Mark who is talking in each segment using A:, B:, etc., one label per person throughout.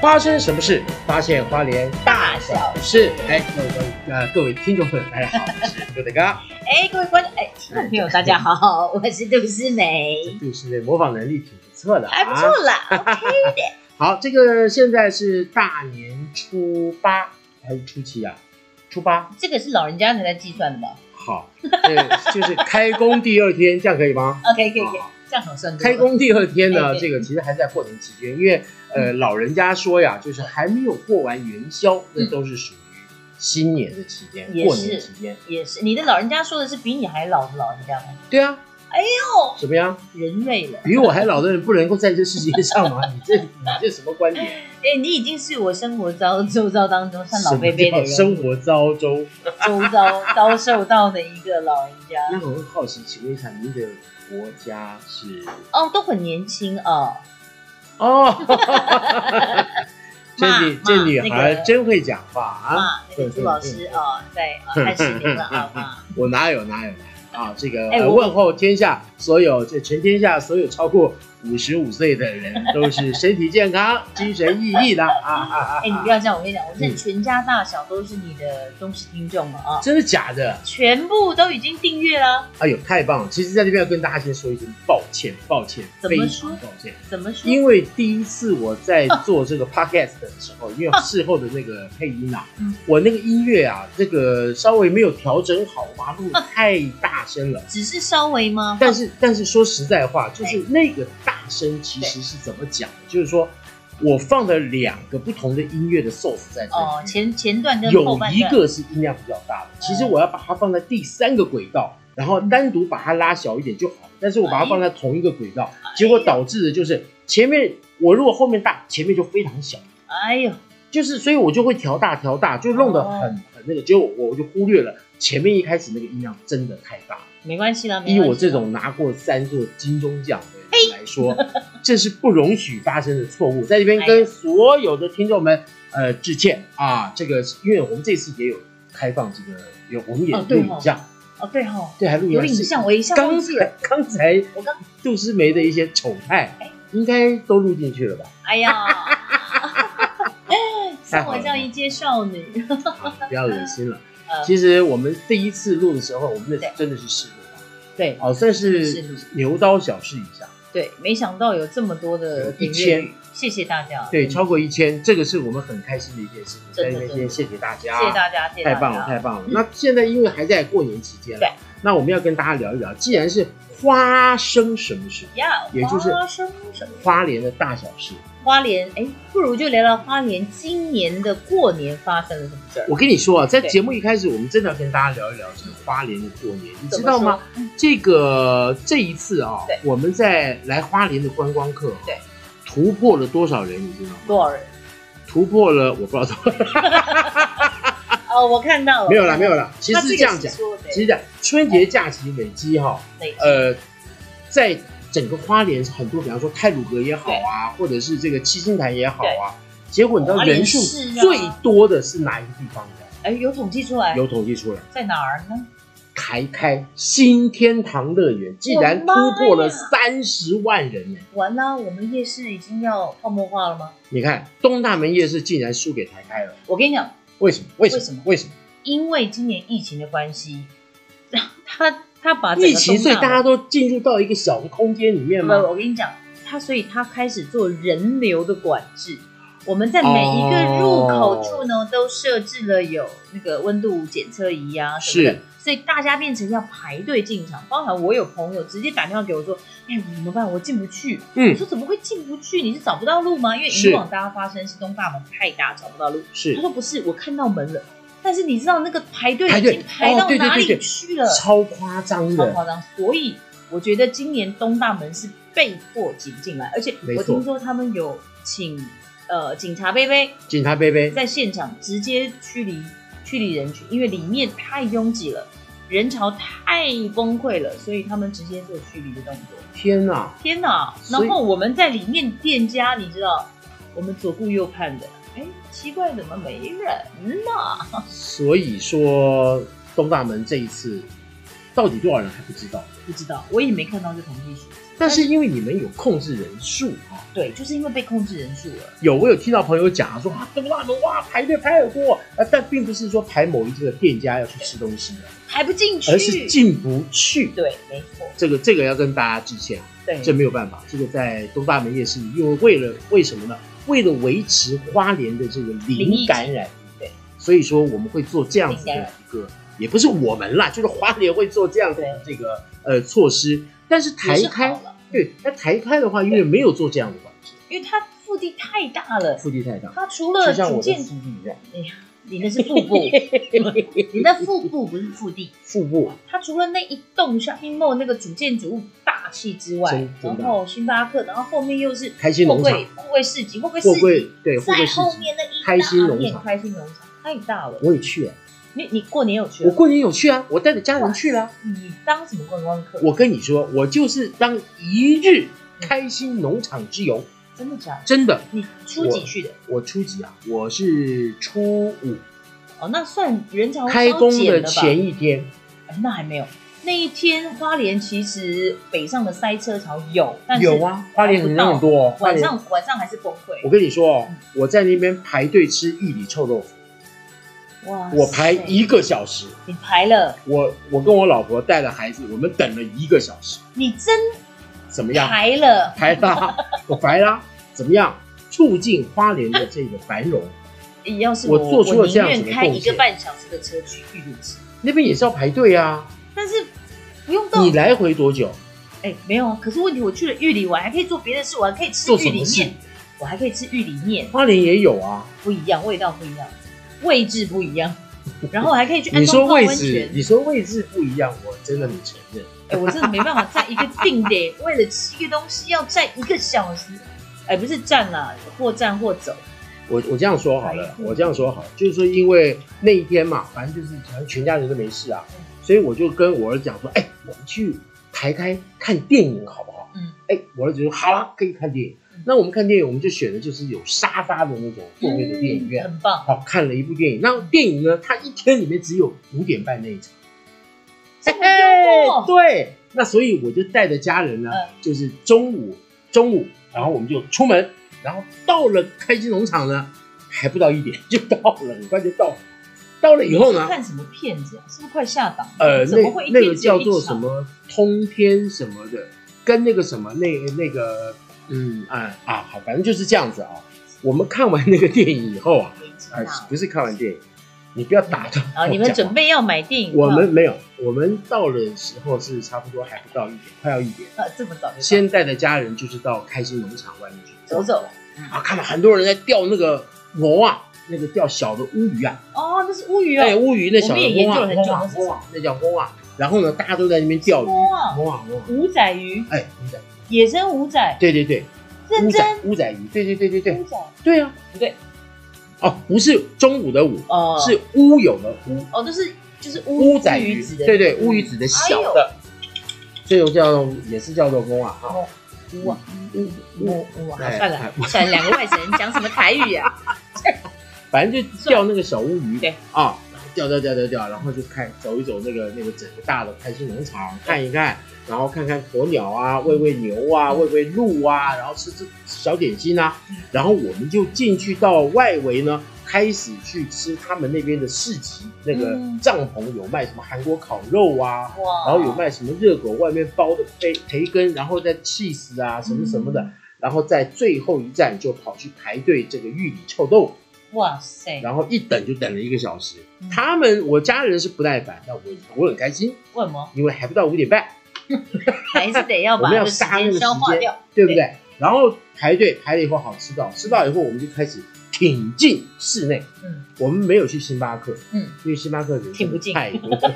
A: 发生什么事？发现花莲大小事。哎，各位观呃各位听众朋友，大家好，我是杜德刚。
B: 哎，各位观众，哎，听众朋友，大家好，我是杜思梅，
A: 这杜氏的模仿能力挺不错的、啊，
B: 还哎不错啦，OK 的。
A: 好，这个现在是大年初八还是初七啊？初八。
B: 这个是老人家才在计算的吧
A: 好，这就是开工第二天，这样可以吗？
B: ？OK，可以，可以，这样好算多了
A: 开工第二天呢，
B: 对对
A: 这个其实还在过年期间，因为呃，
B: 嗯
A: 老人家说呀，就是还没有过完元宵，那都是属于新年的期间，
B: 嗯也是
A: 过年期间。
B: 也是。你的老人家说的是比你还老的老人家吗？
A: 对啊，
B: 哎呦，
A: 怎么样？
B: 人瑞了。
A: 比我还老的人不能够在这世界上 吗？你这你这什么观点？
B: 哎，你已经是我生活遭周遭当中算老贝贝的
A: 什么叫生
B: 人，
A: 活糟粥。
B: 周遭遭受到的一个老人家。
A: 那我很好奇，请问一下，您的国家是？
B: 哦，都很年轻哦。
A: 哦， 这女这女
B: 那
A: 孩
B: 个
A: 真会讲话啊！
B: 啊，那个朱老师啊，在啊太失灵了啊妈。
A: 我哪有哪有哪有啊！这个、
B: 哎
A: 呃
B: 我
A: 问候天下所有，这全天下所有超过五十五岁的人都是身体健康、精神奕奕的啊啊啊！啊
B: 哎，你不要这样，我跟你讲，我
A: 嗯
B: 这全家大小都是你的忠实听众了啊，
A: 真的假的？
B: 全部都已经订阅了。
A: 哎呦，太棒了！其实，在这边要跟大家先说一声抱歉，抱歉，
B: 怎
A: 非
B: 么
A: 常
B: 说
A: 抱歉。
B: 怎么说？
A: 因为第一次我在做这个 podcast 的时候，因为事后的那个配音啊
B: 哦嗯，
A: 我那个音乐啊，这个稍微没有调整好，哇，
B: 嗯
A: 录得太大声了。
B: 只是稍微吗？
A: 但是，但是说实在话，就是
B: 嗯对
A: 那个大声其实是怎么讲的？就是说我放了两个不同的音乐的 source 在
B: 哦，
A: 这里，
B: 前前段跟后
A: 有
B: 半
A: 一
B: 段，嗯
A: 个是音量比较大的，其实我要把它放在第三个轨道，然后单独把它拉小一点就好了。但是我把
B: 哎
A: 它放在同一个轨道，结果导致的就是前面我如果后面大，前面就非常小，
B: 哎呦，
A: 就是所以我就会调大调大，就弄得
B: 哦
A: 很很那个，结果我就忽略了前面一开始那个音量真的太大了。
B: 没关系啦，没
A: 以
B: 关系啦
A: 我这，种拿过三座金钟奖的
B: 哎
A: 人来说，这是不容许发生的错误。在这边
B: 哎
A: 跟所有的听众们，呃，致歉啊！这个因为我们这次也有开放这个，有我们也
B: 哦对
A: 录影
B: 哦
A: 像，
B: 哦对吼，
A: 对，还录
B: 有
A: 影
B: 影像，。我一下
A: 是刚
B: 忘记了
A: 才。刚才
B: 我刚
A: 杜诗梅的一些丑态
B: 哎，
A: 应该都录进去了吧？
B: 哎 呀，
A: 太
B: 像
A: 好
B: 我
A: 了
B: 这样一介少女，
A: 啊
B: 嗯
A: 不要恶心了。
B: 呃
A: 其实我们第一次录的时候，我们那
B: 对
A: 真的是试录
B: 对
A: 啊，哦，算
B: 试
A: 是
B: 录
A: 牛刀小试一下。
B: 对，没想到有这么多的
A: 一
B: 呃订阅
A: 千
B: 率，谢谢大家，
A: 对，
B: 嗯
A: 超过一千，这个是我们很开心的一件事情，在
B: 真的
A: 这边先谢谢大家，
B: 嗯谢谢大家，谢谢
A: 太
B: 大家
A: 棒了，太棒了。那现在因为还在过年期间，
B: 对，
A: 那我们要跟大家聊一聊，既然是花生什么事，
B: 呀，
A: 也就是
B: 花生什么
A: 花莲的大小事，
B: 花莲，哎，不如就聊聊花莲今年的过年发生了什么事儿。
A: 我跟你说啊，在
B: 对
A: 节目一开始，我们真的要跟大家聊一聊这个花莲的过年，你知道吗
B: 怎么说？
A: 这个这一次啊
B: 对，
A: 我们在来花莲的观光客，啊
B: 对，
A: 突破了多少人，你知道吗？
B: 嗯多少人？
A: 突破了，我不知道多少，
B: 哦，我看到了，
A: 没有啦，没有啦，其
B: 他
A: 实
B: 这
A: 是
B: 个
A: 这样讲。
B: 说的
A: 其实讲春节假期累积哈，
B: 累积
A: 呃，在整个花莲很多，比方说泰鲁阁也好啊，或者是这个七星潭也好啊，结果你知道
B: 花莲
A: 人数
B: 市啊
A: 最多的是哪一个地方的？
B: 哎，有统计出来，
A: 有统计出来，
B: 在哪儿呢？
A: 台开新天堂乐园竟然突破了三十万人呢！
B: 完啦，我们夜市已经要泡沫化了吗？
A: 你看东大门夜市竟然输给台开了，
B: 我跟你讲，
A: 为什么？为什
B: 为什
A: 么
B: 么？
A: 为什么？
B: 因为今年疫情的关系， 他他把啊整个
A: 疫情，
B: 东
A: 所以大家
B: 门
A: 都进入到一个小的空间里面
B: 不，
A: 吗？
B: 我跟你讲，他所以他开始做人流的管制。我们在每一个入口处呢，都设置了有那个温度检测仪啊什么的
A: 是，
B: 所以大家变成要排队进场。包含我有朋友直接打电话给我说：“哎，我怎么办？我进不去。”
A: 嗯
B: 我说：“怎么会进不去？你是找不到路吗？因为
A: 是
B: 以往大家发生是东大门太大找不到路。”
A: 是
B: 他说：“不是，我看到门了。”但是你知道那个排队
A: 排
B: 已
A: 队
B: 经排
A: 哦
B: 到
A: 对对
B: 哪
A: 对对
B: 里去了？
A: 超夸张
B: 超
A: 的，
B: 夸张。所以我觉得今年东大门是被迫挤进来，而且
A: 没
B: 我
A: 错
B: 听说他们有请呃警察贝贝
A: 警察贝贝。
B: 在现场直接驱离驱离人群，因为里面太拥挤了，人潮太崩溃了，所以他们直接做驱离的动作。
A: 天呐，
B: 天哪！
A: 所以
B: 然后我们在里面店家，你知道，我们左顾右盼的，哎，奇怪，怎么没人呢？
A: 所以说东大门这一次到底多少人还不知道，
B: 不知道，我也没看到这统计数字。
A: 但是因为你们有控制人数啊，
B: 对，就是因为被控制人数了，
A: 有我有听到朋友讲啊，说啊，怎么那们哇排队排很多啊，但并不是说排某一个店家要去吃东西的，
B: 排不进去，
A: 而是进不去。
B: 对，没错，
A: 这个这个要跟大家致歉啊，
B: 对，
A: 这没有办法，这个在东大门夜市，因为为了为什么呢？为了维持花莲的这个零感染，
B: 对，
A: 所以说我们会做这样子
B: 零
A: 的
B: 感
A: 一个，也不是我们啦，就是花莲会做这样子的这个呃措施，但是
B: 也
A: 台
B: 是
A: 开
B: 好了，
A: 对，那台开的话，因为没有做这样的管制，
B: 因为它腹地太大了，
A: 腹地太大，
B: 它除
A: 就
B: 了
A: 像
B: 主
A: 我的
B: 建，
A: 腹地 一样，
B: 你那是腹 部，你那腹部不是腹地，
A: 腹部
B: 它除了那一栋 shopping mall 那个主建筑物大气之外
A: 真，真
B: 然
A: 的
B: 后星巴克，然后后面又是
A: 开心农
B: 货
A: 场
B: 柜货柜市集，货柜市
A: 货
B: 集，
A: 柜对货柜
B: 在
A: 市
B: 后
A: 集，
B: 面那一
A: 开心
B: 大
A: 农
B: 片
A: 场
B: 开心农场太大了。
A: 我也去、欸，
B: 你你过年有去
A: 我
B: 吗？
A: 过年有去啊，我带着家人去啦、
B: 你当什么观光客？
A: 我跟你说，我就是当一日开心农场之游，
B: 真的假的？
A: 真的，
B: 你初几去的？
A: 我初几啊？我是初五
B: 哦，那算人潮
A: 开
B: 稍
A: 工
B: 减
A: 的
B: 了吧
A: 前一天，
B: 哎那还没有。那一天花莲其实北上的塞车潮有，但是
A: 有啊，花莲人
B: 还不到
A: 很多、哦，花
B: 晚
A: 莲。
B: 上晚上还是崩
A: 我
B: 溃。
A: 跟你说哦
B: 嗯，
A: 我在那边排队吃玉里臭豆腐，
B: 哇塞
A: 我排一个小时，
B: 你排了，
A: 我我跟我老婆带了孩子，我们等了一个小时，
B: 你真
A: 怎么样？
B: 排了。
A: 排 啦，我排啦，怎么样？促进花莲的这个繁荣，
B: 哎要是
A: 我
B: 我
A: 做出了这样
B: 我
A: 子的
B: 宁愿开
A: 贡
B: 一个
A: 献
B: 半小时的车去玉里吃，
A: 那边也是要排队啊。
B: 但是不用动
A: 你。来回多久？
B: 哎、没有啊。可是问题，我去了玉里，我还可以做别的事，我还可以吃
A: 做
B: 玉
A: 什
B: 里
A: 么事
B: 面，我还可以吃玉里面，
A: 花莲也有啊。
B: 不一样，味道不一样，位置不一样。然后我还可以去安
A: 你说
B: 装泡
A: 位
B: 温
A: 置
B: 泉，。
A: 你说位置不一样，我真的很承认。
B: 哎、我真的没办法在一个定点，为了吃一个东西要站一个小时。哎、不是站啦，或站或走。
A: 我我这样说好了
B: 哎，
A: 我这样说好了，就是说因为那一天嘛，反正就是反正全家人都没事啊，
B: 嗯
A: 所以我就跟我儿子讲说，哎，我们去台开看电影好不好？
B: 嗯，
A: 哎，我儿子说好啊，可以看电影
B: 嗯。
A: 那我们看电影，我们就选的就是有沙发的那种座位的电影院，
B: 嗯很棒，
A: 好看了一部电影。那电影呢，它一天里面只有五点半那一场。
B: 这么幽默。
A: 哎对，那所以我就带着家人呢，
B: 嗯
A: 就是中午中午，然后我们就出门，然后到了开心农场呢，还不到一点就到了，很快就到了。到了以后呢，
B: 看什么片子啊？是不是快下档？
A: 呃，
B: 怎么会
A: 那
B: 一
A: 那
B: 天
A: 个
B: 只有
A: 叫
B: 一
A: 做什
B: 场？
A: 么通天什么的，跟那个什么那那个嗯啊啊好，反正就是这样子啊。我们看完那个电影以后啊，啊、
B: 啊？
A: 不是看完电影，你不要打断
B: 啊，
A: 我
B: 你们
A: 讲
B: 准
A: 话
B: 备要买电影票？
A: 我们没有，我们到了时候是差不多还不到一点，快要一点。
B: 啊这么早就到
A: 先带着家人就是到开心农场外面去
B: 走走
A: 啊，看到很多人在钓那个螺啊，那个钓小的乌鱼啊，
B: 哦，那是乌鱼
A: 哎，
B: 哦，
A: 乌鱼那小
B: 我们也
A: 的
B: 研
A: 翁
B: 究
A: 啊
B: 了很久
A: 翁啊
B: 那是
A: 翁啊，那叫翁啊。然后呢，大家都在那边钓鱼，
B: 摸啊，
A: 翁啊翁啊，
B: 五仔鱼，
A: 哎，乌仔，
B: 野生五仔，
A: 对对对，
B: 认
A: 乌
B: 真
A: 仔乌仔鱼，对对对对对
B: 五仔
A: 对啊，
B: 不对
A: 哦，不是中午的午，
B: 哦，
A: 是乌有的乌，
B: 哦，都是就是乌
A: 呃乌仔
B: 鱼
A: 鱼
B: 子，的
A: 对对，乌鱼子的小的，这种叫做也是叫做翁啊啊。
B: 乌啊
A: 乌
B: 乌乌啊，
A: 嗯哎
B: 算了 算了，两个外省人讲什么台语啊？
A: 反正就钓那个小乌鱼，
B: 对
A: 啊，然后钓钓钓钓钓，然后就看走一走那个那个整个大的开心农场看一看，然后看看鸵鸟啊，
B: 嗯
A: 喂喂牛啊，喂喂鹿啊，然后吃吃小点心啊
B: 嗯，
A: 然后我们就进去到外围呢，开始去吃他们那边的市集，那个
B: 嗯
A: 帐篷有卖什么韩国烤肉啊，
B: 哇，
A: 然后有卖什么热狗外面包的培培根，然后再 cheese 啊什么什么的，
B: 嗯
A: 然后在最后一站就跑去排队这个玉里臭豆腐。
B: 哇塞，
A: 然后一等就等了一个小时
B: 嗯。
A: 他们我家人是不耐烦，那我我很开心，
B: 为什么
A: 因为还不到五点半，
B: 还是得要
A: 我
B: 把
A: 们
B: 这
A: 要
B: 个时
A: 杀那个
B: 间
A: 时
B: 消化
A: 间
B: 掉？
A: 对不对？然后排队排了以后好吃到，吃到以后我们就开始挺进室内。
B: 嗯，
A: 我们没有去星巴克，
B: 嗯，
A: 因为星巴克人
B: 挺不进
A: 太多 了，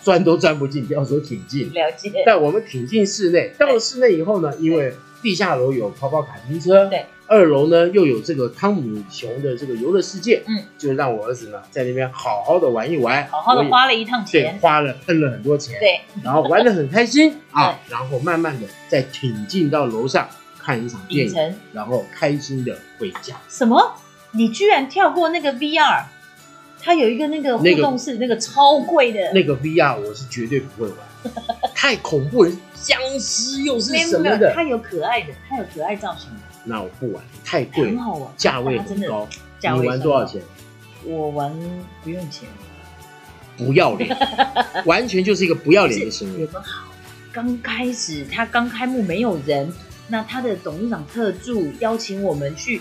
A: 钻都钻不进，不要说挺进。
B: 了解，
A: 但我们挺进室内，到了室内以后呢，因为地下楼有跑跑卡丁车，
B: 对，
A: 二楼呢又有这个汤姆熊的这个游乐世界，
B: 嗯，
A: 就让我儿子呢在那边好好的玩一玩，
B: 好好
A: 我
B: 的
A: 也
B: 花了一趟
A: 对，
B: 钱，
A: 花了喷了很多钱，
B: 对，
A: 然后玩的很开 心啊，然后慢慢的再挺进到楼上看一场电
B: 影
A: 影，
B: 城
A: 然后开心的回家。
B: 什么？你居然跳过那个 VR？它有一个那个互
A: 那个
B: 动式，那个超贵的，
A: 那个 VR 我是绝对不 会玩，太恐怖了，僵尸又是
B: 没有
A: 什
B: 没
A: 么
B: 有，
A: 的，
B: 它有可爱的，它有可爱造型的，
A: 那我不玩，太贵
B: 很
A: 了，
B: 好玩，
A: 价位
B: 它真
A: 很
B: 的
A: 高。
B: 价位
A: 你玩
B: 很
A: 多少
B: 高？
A: 钱？
B: 我玩不用钱，
A: 不要 脸，完全就是一个不要脸的行
B: 有
A: 为。
B: 个好，刚开始他刚开幕没有人，那他的董事长特助邀请我们去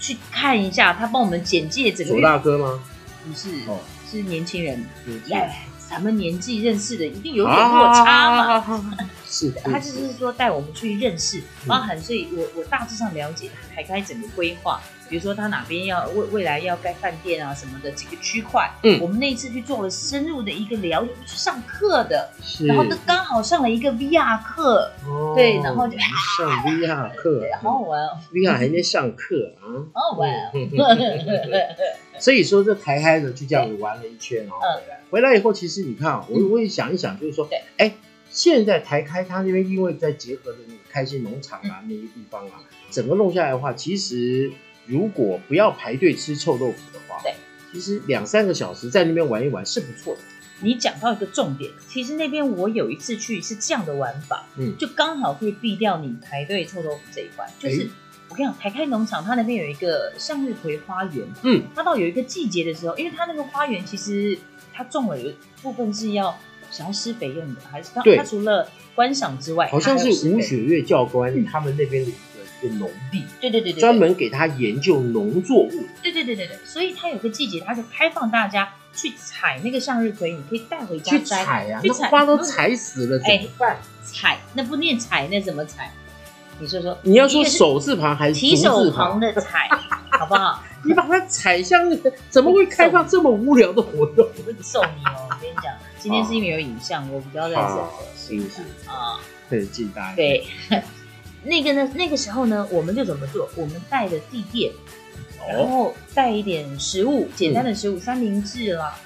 B: 去看一下，他帮我们简介整个
A: 左大哥吗？
B: 不是、
A: 哦
B: 是年轻人，
A: 嗯
B: 哎，咱们年纪认识的一定有点落差嘛。
A: 啊是，
B: 他就是说带我们去认识，
A: 嗯
B: 包含所以我我大致上了解海开整个规划，比如说他哪边要未未来要盖饭店啊什么的几个区块，
A: 嗯
B: 我们那一次去做了深入的一个了解，我们去上课的，
A: 是
B: 然后就刚好上了一个 VR 课，
A: 哦
B: 对然后就
A: 上 VR 课
B: 对，好好玩哦，
A: ，VR 还在上课 啊。
B: 好 好玩哦。
A: 所以说，这台嗨的就这样玩了一圈哦，
B: 嗯
A: 回来回来以后，其实你看啊，我我也想一想，就是说
B: 对，
A: 哎，现在台开它那边因为在结合的那个开心农场啊那些地方
B: 嗯
A: 啊，整个弄下来的话，其实如果不要排队吃臭豆腐的话，
B: 对，
A: 其实两三个小时在那边玩一玩是不错的。
B: 你讲到一个重点，其实那边我有一次去是这样的玩法，
A: 嗯
B: 就刚好可以避掉你排队臭豆腐这一关。就是、
A: 诶
B: 我跟你讲，台开农场它那边有一个向日葵花园，
A: 嗯，
B: 它到有一个季节的时候，因为它那个花园其实它种了有部分是要想要施肥用的，还是它
A: 对
B: 它除了观赏之外，
A: 好像
B: 它还有施
A: 是
B: 肥
A: 吴雪月教官
B: 嗯
A: 他们那边的一个一个农地，
B: 对对对对对，
A: 专门给他研究农作物。
B: 对对对对对，所以它有个季节，它就开放大家去采那个向日葵，你可以带回家
A: 去
B: 摘。
A: 采啊，
B: 去
A: 那
B: 采嗯
A: 花都采死了，怎
B: 哎
A: 么办？
B: 采，那不念采，那怎么采？你说说，
A: 你要说
B: 一个是
A: 手字旁还是
B: 提
A: 足
B: 手
A: 字
B: 旁
A: 旁？
B: 的采，好不好？
A: 你把它踩向那个，怎么会开放这么无聊的活动？
B: 我会揍你哦！我跟你讲，今天是因为有影像，我比较认
A: 啊，
B: 真
A: 是不是？
B: 啊。
A: 很近大家。
B: 对，那个呢，那个时候呢，我们就怎么做？我们带了地垫，然
A: 哦，
B: 后带一点食物，简单的食物，三明治啦，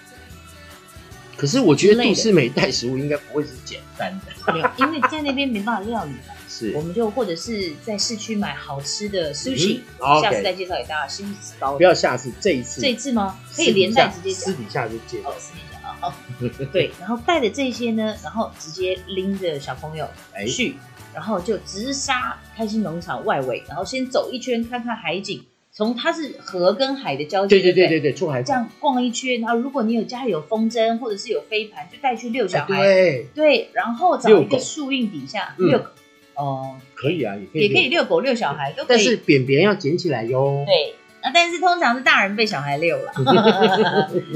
A: 可是我觉
B: 之
A: 得
B: 类的
A: 杜思梅带食物应该不会是简单的，
B: 没有，因为在那边没办法料理嘛，
A: 是
B: 我们就或者是在市区买好吃的 sushi，
A: 嗯，OK
B: 下次再介绍给大家，sushi 是高
A: 不
B: 的。
A: 要下次这一次
B: 这一次吗？可以
A: 私底
B: 连
A: 下
B: 带直接讲
A: 私。底下就介绍
B: 哦，。私底下啊， 哦，对，然后带着这些呢，然后直接拎着小朋友
A: 哎，
B: 去，然后就直杀开心农场外围，然后先走一圈看看海景，从它是河跟海的交界，
A: 对对
B: 对
A: 对
B: 不
A: 对对，出海
B: 这样逛一圈，然后如果你有家里有风筝或者是有飞盘，就带去遛小
A: 哎
B: 孩，
A: 对，
B: 对然后找
A: 遛
B: 一个
A: 狗
B: 树荫底下
A: 嗯
B: 遛狗，哦、
A: 可以啊，也可以，
B: 也可以。遛狗遛小孩都可以，
A: 但是扁扁要捡起来哟。
B: 对。啊，但是通常是大人被小孩遛 了，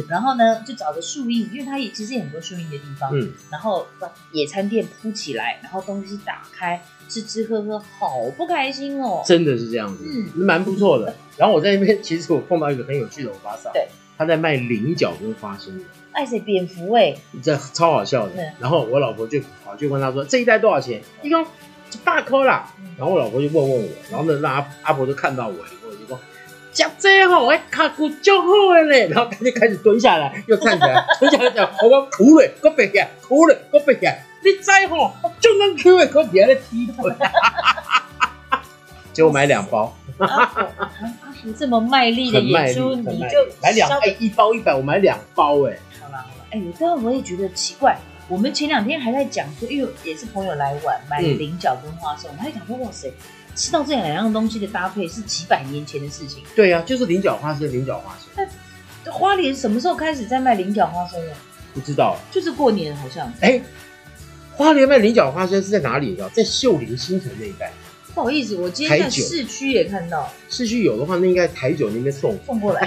B: 然后呢，就找个树荫，因为它也其实有很多树荫的地方，
A: 嗯，
B: 然后把野餐垫铺起来，然后东西打开，吃吃喝喝，好不开心哦。
A: 真的是这样子，
B: 嗯
A: 蛮不错的。然后我在那边，其实我碰到一个很有趣的欧巴桑，
B: 对，
A: 他在卖菱角跟花生，
B: 爱谁蝙蝠哎、
A: 这超好笑的
B: 对。
A: 然后我老婆就跑去问他说：“这一袋多少钱？”一共八颗啦。然后我老婆就问问我，然后呢，那阿阿婆就看到我以后就说：“讲这吼，我卡骨就好的嘞。” 然后他就开始蹲下来，又站起 来，蹲下来讲：“我讲苦嘞，我白起，苦嘞，我白起。”你知吼，我就能 Q 的，可别来踢腿。 结果买两包，
B: 阿虎啊阿虎这么卖力的
A: 很卖
B: 演
A: 力，
B: 出，
A: 很卖
B: 你
A: 力
B: 就
A: 买两
B: 稍
A: 哎、一包一百，我买两包哎、
B: 好了好了。哎、我刚刚我也觉得奇怪，我们前两天还在讲说，因为也是朋友来玩买
A: 嗯
B: 菱角跟花生，我们还讲说哇塞，吃到这两样东西的搭配是几百年前的事情。
A: 对呀、就是菱角花生，菱角花生，
B: 花莲什么时候开始在卖菱角花生的？
A: 不知道
B: 就是过年好像。
A: 哎、花莲卖菱角花生是在哪里？你知道，在秀林新城那一带。
B: 不好意思，我今天在
A: 台酒
B: 市区也看到。
A: 市区有的话，那应该台九那边送。
B: 送 过来，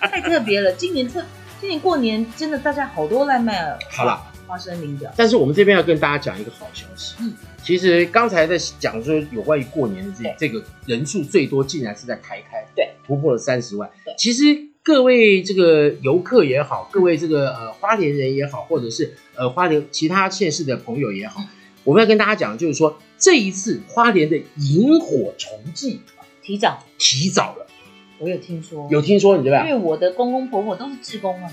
B: 太特别了。今年特，今年过年真的大家好多在卖
A: 好了，
B: 花生菱角，
A: 但是我们这边要跟大家讲一个好消息。
B: 嗯
A: 其实刚才在讲说有关于过年的这
B: 对
A: 这个人数最多，竟然是在台开，
B: 对，
A: 突破了三十万
B: 对。嗯
A: 其实各位这个游客也好，各位这个呃花莲人也好，或者是呃花莲其他县市的朋友也
B: 嗯
A: 好，我们要跟大家讲，就是说这一次花莲的萤火虫季
B: 提早
A: 提早了，
B: 我有听说，
A: 有啊听说你对吧
B: 因？为我的公公婆婆都是志工啊，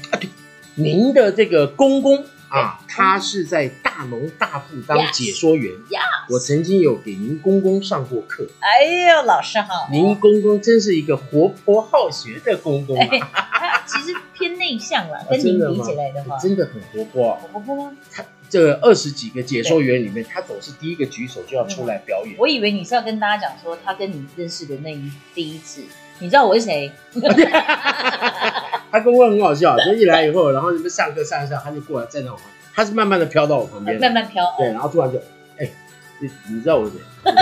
A: 您的这个公公啊，他是在大农大富当
B: Yes
A: 解说员。
B: Yes
A: 我曾经有给您公公上过课，
B: 哎呦，老师好，哎
A: 您公公真是一个活泼好学的公公啊！
B: 他其实偏内内向啦，
A: 啊
B: 跟
A: 真
B: 您
A: 的
B: 比
A: 吗
B: 起来的话，
A: 真的很活泼。啊
B: 我活啊泼吗？
A: 这二十几个解说员里面，他总是第一个举手就要出来表演。
B: 我以为你是要跟大家讲说他跟你认识的那一第一次，你知道我是谁？
A: 他跟我很好笑，就一来以后，然后你们上课上一上，他就过来站在我旁边，他是慢慢的飘到我旁边的，
B: 慢慢 飘，
A: 对，然后突然就，哎，你你知道我是谁？我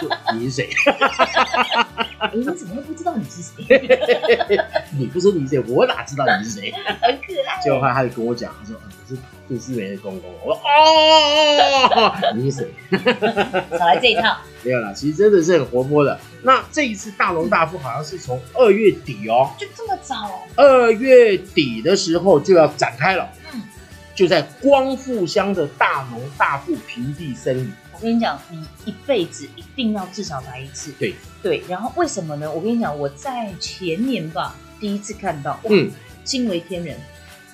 A: 说 就你是谁？
B: 哎，你怎么会不知道你是谁？
A: 你不说你是谁，我哪知道你是谁？
B: 很可爱。
A: 结果后来他就跟我讲，他说啊你是杜思梅的公公。我说哦，你是谁？
B: 少来这一套，
A: 没有啦，其实真的是很活泼的。那这一次大龙大富好像是从二月底哦，
B: 就这么早哦？
A: 二月底的时候就要展开了，
B: 嗯
A: 就在光复乡的大龙大富平地森林。
B: 我跟你讲，你一辈子一定要至少来一次。
A: 对
B: 对，然后为什么呢？我跟你讲，我在前年吧，第一次看到，哇，
A: 嗯，
B: 惊为天人。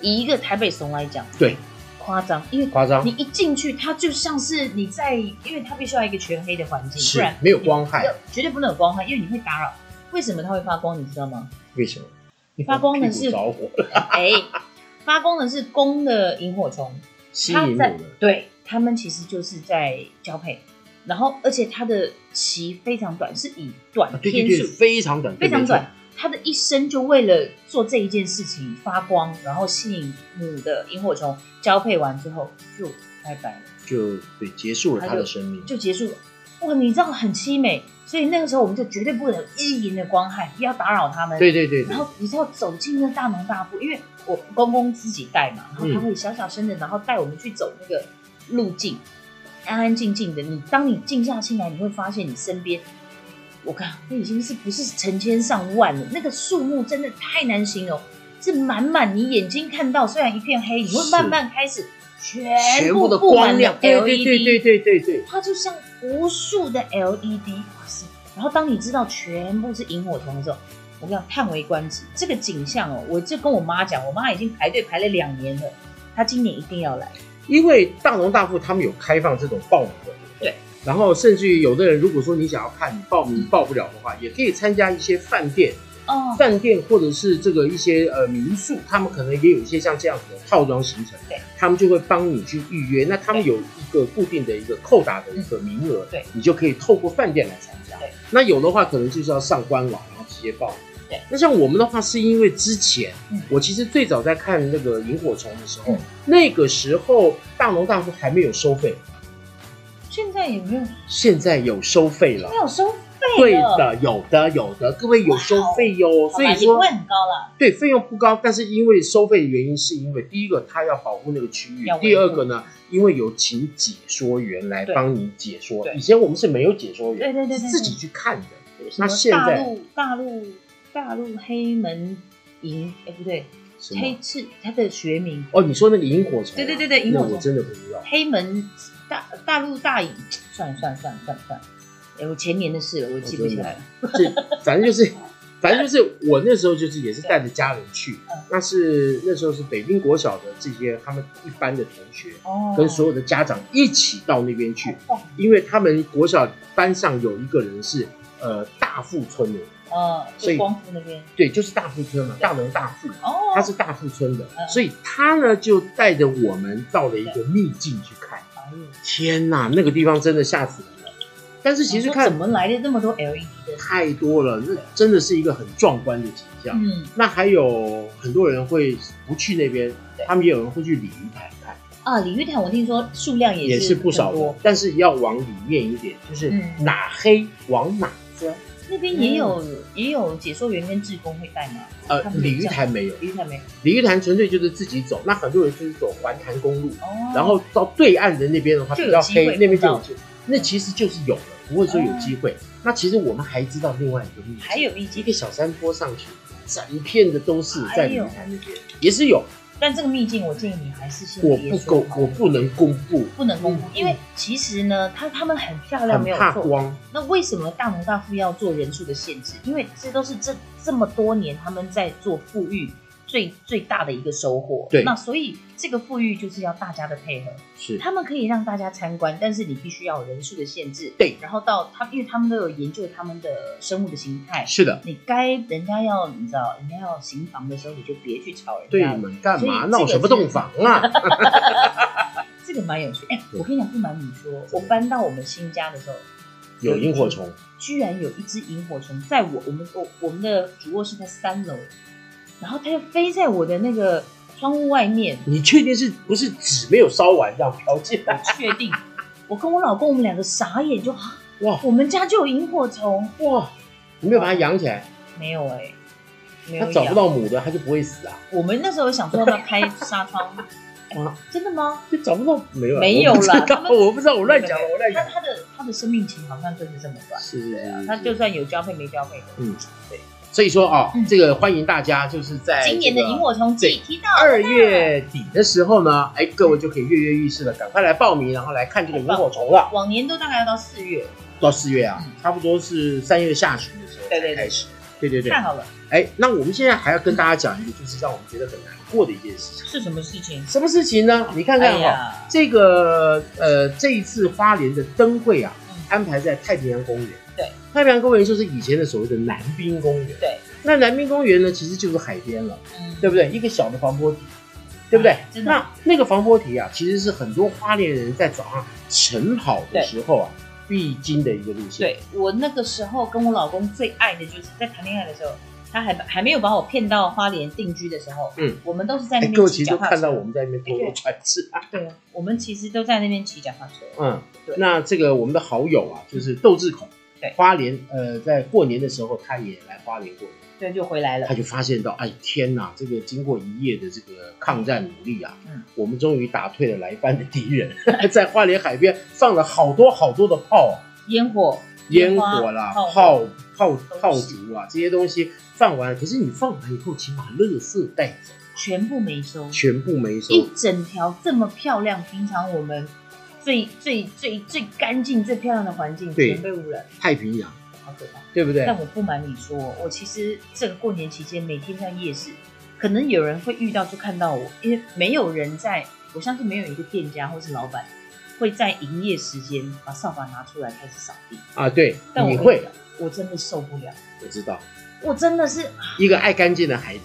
B: 以一个台北怂来讲，
A: 对，
B: 夸张，因为
A: 夸张
B: 你一进去，它就像是你在，因为它必须要一个全黑的环境，不
A: 是
B: 然
A: 没有光害，
B: 绝对不能有光害，因为你会打扰。为什么它会发光？你知 道吗？
A: 为什么？
B: 发光的是
A: 屁股着火，
B: 哎，发光的是公的萤火虫，
A: 吸引我
B: 它在
A: 们。
B: 对他们其实就是在交配，然后而且它的鳍非常短，是以
A: 啊
B: 短
A: 对对
B: 天
A: 对，
B: 数，
A: 非常短，
B: 非常
A: 对
B: 短。。它的一生就为了做这一件事情发光，然后吸引母的萤火虫交配完之后就拜拜了。
A: 没错就对，结束了
B: 它
A: 他的生命。
B: 就结束了。哇，你知道很凄美，所以那个时候我们就绝对不能有意淫的光害，不要打扰他们。
A: 对对对，
B: 然后你知道走进那大门大步，因为我公公自己带嘛，然后
A: 嗯
B: 他会小小声的，然后带我们去走那个路径，安安静静的。你当你静下心来，你会发现你身边，我看那已经是不是成千上万了，那个数目真的太难形容，是满满你眼睛看到，虽然一片黑，你会
A: 是
B: 慢慢开始全
A: 全
B: 部
A: 部的
B: 布满
A: 光
B: 了
A: 亮，对
B: LED
A: 对对对对对对，
B: 它就像无数的 E LED，哇塞！然后当你知道全部是萤火虫的时候，我跟你讲，叹为观止。这个景象哦，我就跟我妈讲，我妈已经排队排了两年了，她今年一定要来。
A: 因为大龙大富他们有开放这种报名的，
B: 对。
A: 然后甚至于有的人，如果说你想要看，你报名报不了的话，也可以参加一些饭店、
B: 哦，
A: 饭店或者是这个一些呃民宿，他们可能也有一些像这样子的套装行程，
B: 对，
A: 他们就会帮你去预约。那他们有一个固定的一个扣打的一个名额，
B: 对，
A: 你就可以透过饭店来参加。
B: 对，
A: 那有的话可能就是要上官网，然后直接报名。
B: 对，
A: 那像我们的话，是因为之前、
B: 嗯
A: 我其实最早在看那个萤火虫的时候，
B: 嗯
A: 那个时候大龙大富还没有收费，
B: 现在也没有没
A: 现在有收费了。
B: 有收
A: 对
B: 费了，
A: 的，有的，有的，各位有收费哟、
B: 好
A: 所
B: 吧，
A: 以
B: 也
A: 说
B: 不会很高啦。
A: 对，费用不高，但是因为收费的原因，是因为第一个它要保护那个区域
B: 要维，护
A: 第二个呢，因为有请解说员来
B: 对
A: 帮你解说。
B: 对
A: 以前我们是没有解说员，
B: 对对对对对
A: 是自己去看的。那
B: 什么
A: 现
B: 大
A: 在
B: 陆大陆大陆黑门萤，哎不对，
A: 什
B: 黑
A: 么？
B: 翅它的学名，
A: 哦，你说那个萤火虫啊？
B: 对对对对，萤
A: 那
B: 火
A: 我
B: 虫。
A: 真的不知道。
B: 黑门大大陆大影，算了算了算了算了算了，哎，我前年的事了，我记不起来了。
A: 这反正 就是，反正就是我那时候就是也是带着家人去
B: 嗯，
A: 那是那时候是北滨国小的这些他们一班的同学
B: 哦
A: 跟所有的家长一起到那边去，
B: 哇，
A: 因为他们国小班上有一个人是呃大富村的，
B: 呃，
A: 所
B: 就
A: 以
B: 光复那边
A: 对，就是大富村嘛，大龙大富，
B: 哦，
A: 他是大富村的，
B: 嗯
A: 所以他呢就带着我们到了一个秘境去看。
B: 哎呦
A: 天哪，那个地方真的吓死人了！但是其实
B: 我说
A: 看
B: 怎么来的那么多 LED 灯？
A: 太多了，那真的是一个很壮观的景象。
B: 嗯
A: 那还有很多人会不去那边，他们也有人会去鲤鱼台看，
B: 啊，鲤鱼台我听说数量也
A: 也
B: 是
A: 是不少
B: 很
A: 的
B: 多，。
A: 但是要往里面一点，就是
B: 嗯啊
A: 哪黑往哪钻。
B: 那边也有
A: 嗯
B: 也有解说员跟志工会带吗？
A: 呃
B: 他，们有
A: 鲤鱼
B: 这样
A: 台没有，
B: 鲤鱼台没有
A: 鲤鱼潭纯粹就是自己走，那很多人就是走环潭公路，
B: 哦，
A: 然后到对岸的那边的话
B: 就
A: 比
B: 有
A: 较
B: 机会
A: 黑，那边就有
B: 碰到
A: 机，那其实就是有了，不会说有机会。那其实我们还知道另外一个秘密，
B: 还有一
A: 一
B: 境，
A: 个小山坡上去，整片的都是在
B: 哎
A: 鲤鱼
B: 呦
A: 潭那边也是有，
B: 但这个秘境我建议你还是先
A: 我
B: 别
A: 不
B: 说
A: 公，
B: 好
A: 我不能公布，
B: 不能公布
A: 嗯，
B: 因为其实呢，它它们很漂亮，
A: 很
B: 没有
A: 怕
B: 错，
A: 光，
B: 那为什么大农大富要做人数的限制？因为这都是这这么多年他们在做富裕最最大的一个收获。
A: 对
B: 那所以这个富裕就是要大家的配合，
A: 是
B: 他们可以让大家参观，但是你必须要有人数的限制。
A: 对
B: 然后到他，因为他们都有研究他们的生物的形态，
A: 是的，
B: 你该人家要你知道人家要行房的时候，你就别去吵人
A: 对
B: 家。
A: 嘛，干
B: 所以这
A: 嘛
B: 个
A: 闹什么
B: 是
A: 洞房啊？
B: 这个蛮有趣。哎、
A: 对
B: 我跟你讲，不瞒你说，我搬到我们新家的时候，
A: 有萤火虫，
B: 居然有一只萤火虫在我我们我我们的主卧室在三楼，然后它就飞在我的那个窗户外面，
A: 你确定是不是纸没有烧完这样飘进来？
B: 我确定。 我跟我老公，我们两个傻眼就，啊，
A: 哇
B: 我们家就有萤火虫，
A: 哇，你没有把它养起来，
B: 没有哎、没有
A: 它找不。
B: 养
A: 到母的，它就不会死啊？
B: 我们那时候想说要不要开纱 窗，哎
A: 啊，
B: 真的吗？
A: 就找不到没有啊？
B: 没有
A: 我不知
B: 啦
A: 道
B: 他们
A: 我不知道，我乱讲了，我乱
B: 它
A: 讲。嗯
B: 它的它的生命期好像就是这么短，
A: 是是是，
B: 它就是算有交配没交配的。
A: 所以说啊
B: 嗯，
A: 这个欢迎大家就是在
B: 今年的
A: 这个
B: 萤火虫季提到
A: 二月底的时候呢，哎，各位就可以跃跃欲试了，赶快来报名，然后来看这个萤火虫了。
B: 往年都大概要到四月，
A: 到四月啊
B: 嗯，
A: 差不多是三月下旬的时候
B: 对对对
A: 才开始。对对对，
B: 太好了。
A: 哎，那我们现在还要跟大家讲一个，就是让我们觉得很难过的一件事情。
B: 是什么事情？
A: 什么事情呢？你看
B: 哎
A: 看哈、
B: 呀，
A: 这个呃，这一次花莲的灯会啊
B: 嗯，
A: 安排在太平洋公园。
B: 对，
A: 太平洋公园就是以前的所谓的南滨公园。
B: 对，
A: 那南滨公园呢，其实就是海边了，
B: 嗯
A: 对不对？一个小的防波堤，
B: 啊
A: 对不对？
B: 真的
A: 那那个防波堤啊，其实是很多花莲人在早上晨跑的时候啊必经的一个路线。
B: 对我那个时候跟我老公最爱的就是在谈恋爱的时候，他还还没有把我骗到花莲定居的时候，
A: 嗯，
B: 我们都是在那
A: 哎，各
B: 边
A: 位
B: 骑
A: 其实
B: 脚
A: 都
B: 踏
A: 看到
B: 车，
A: 我们在那边偷偷喘气。
B: 对，啊我们其实都在那边骑脚踏车，
A: 啊嗯
B: 对，
A: 那这个我们的好友啊，就是窦志孔，
B: 对
A: 花莲，呃，在过年的时候他也来花莲过年，
B: 对，就回来了
A: 他。就发现到，哎天哪，这个经过一夜的这个抗战努力啊，
B: 嗯
A: 我们终于打退了来犯的敌人， 在花莲海边放了好多好多的炮啊、
B: 烟火，
A: 烟火啦、
B: 炮
A: 炮炮
B: 都是
A: 炮竹啊这些东西放完，可是你放完以后，请把垃圾带走，
B: 全部没收，
A: 全部没收，
B: 一整条这么漂亮，平常我们最最最最干净、最漂亮的环境，
A: 对
B: 全被污染，
A: 太平洋，
B: 好可怕。
A: 对不对？
B: 但我不瞒你说，我其实这个过年期间每天在夜市，可能有人会遇到就看到我，因为没有人在，我相信没有一个店家或是老板会在营业时间把扫把拿出来开始扫地。
A: 啊，对，
B: 但我
A: 你
B: 跟
A: 会
B: 讲，，我真的受不了，
A: 我知道，
B: 我真的是
A: 一个爱干净的孩子。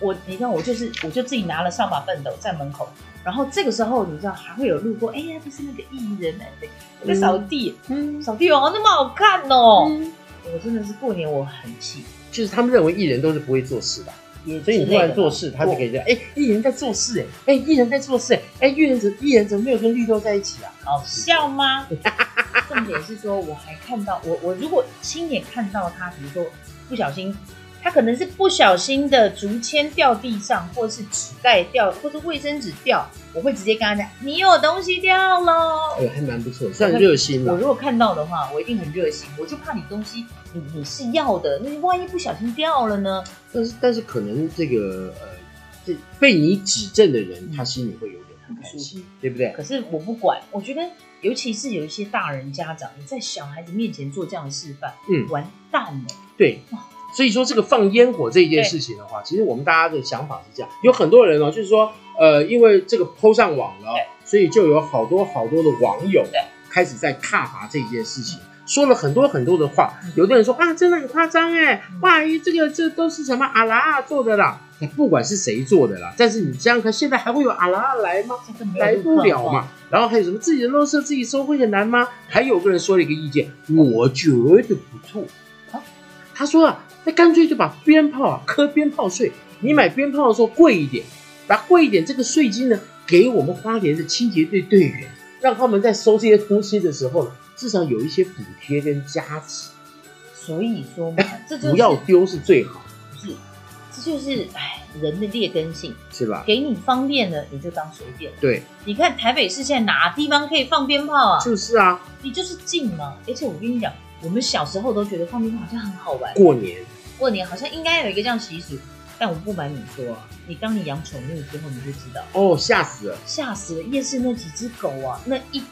B: 我，你知道，我就是我就自己拿了扫把畚斗在门口，然后这个时候你知道还会有路过，哎呀，不是那个艺人哎，对，我在扫地，
A: 嗯，
B: 扫地哦，那么好看哦，我真的是过年我很气，
A: 就是他们认为艺人都是不会做事的，
B: 也
A: 所以你
B: 之
A: 突
B: 类
A: 然
B: 的
A: 做
B: 啦
A: 事，他就可以这样，哎，艺人在做事，哎，哎，艺人在做事，哎，哎，艺人怎艺人怎么没有跟绿豆在一起啊？
B: 好笑吗？重点是说，我还看到我我如果亲眼看到他，比如说不小心，他可能是不小心的竹签掉地上，或是纸袋掉，或是卫生纸掉，我会直接跟他讲：“你有东西掉喽
A: 哎，还蛮不错，算热！”心
B: 我
A: 了。
B: 如果看到的话，我一定很热心，我就怕你东西你你是要的，那万一不小心掉了呢？
A: 但是但是可能这个呃，这被你指正的人，他心里会有点不开
B: 不舒
A: 心，对不对？
B: 可是我不管，我觉得尤其是有一些大人家长，你在小孩子面前做这样的示范，
A: 嗯
B: 完蛋了。
A: 对
B: 哇。
A: 所以说这个放烟火这一件事情的话，其实我们大家的想法是这样，有很多人哦，就是说，呃，因为这个抛上网了
B: 对，
A: 所以就有好多好多的网友
B: 对
A: 开始在挞伐这件事情。说了很多很多的话
B: 嗯，
A: 有的人说啊，真的很夸张哎
B: 嗯，
A: 哇，这个这都是什么阿拉阿做的啦，不管是谁做的啦，但是你想想看，现在还会有阿拉阿啊来吗？
B: 这个没有
A: 来不
B: 路
A: 了
B: 况
A: 嘛。然后还有什么自己的垃圾自己收会很难吗？还有个人说了一个意见，我觉得不错。
B: 啊
A: 他说啊，那干脆就把鞭炮啊磕鞭炮税，你买鞭炮的时候贵一点，把贵一点这个税金呢给我们花莲的清洁队队员，让他们在收这些东西的时候呢，至少有一些补贴跟加持，
B: 所以说嘛，这就是
A: 哎不要丢是最好，
B: 是，这就是哎人的劣根性，
A: 是吧？
B: 给你方便了你就当随便。
A: 对，
B: 你看台北市现在哪地方可以放鞭炮啊？
A: 就是啊，
B: 你就是近嘛。而且我跟你讲，我们小时候都觉得放鞭炮好像很好玩，
A: 过年
B: 过年好像应该有一个这样习俗。但我不瞒你说啊，你当你养宠物之后，你就知道，
A: 哦，吓死了，
B: 吓死了！夜市那几只狗啊，那一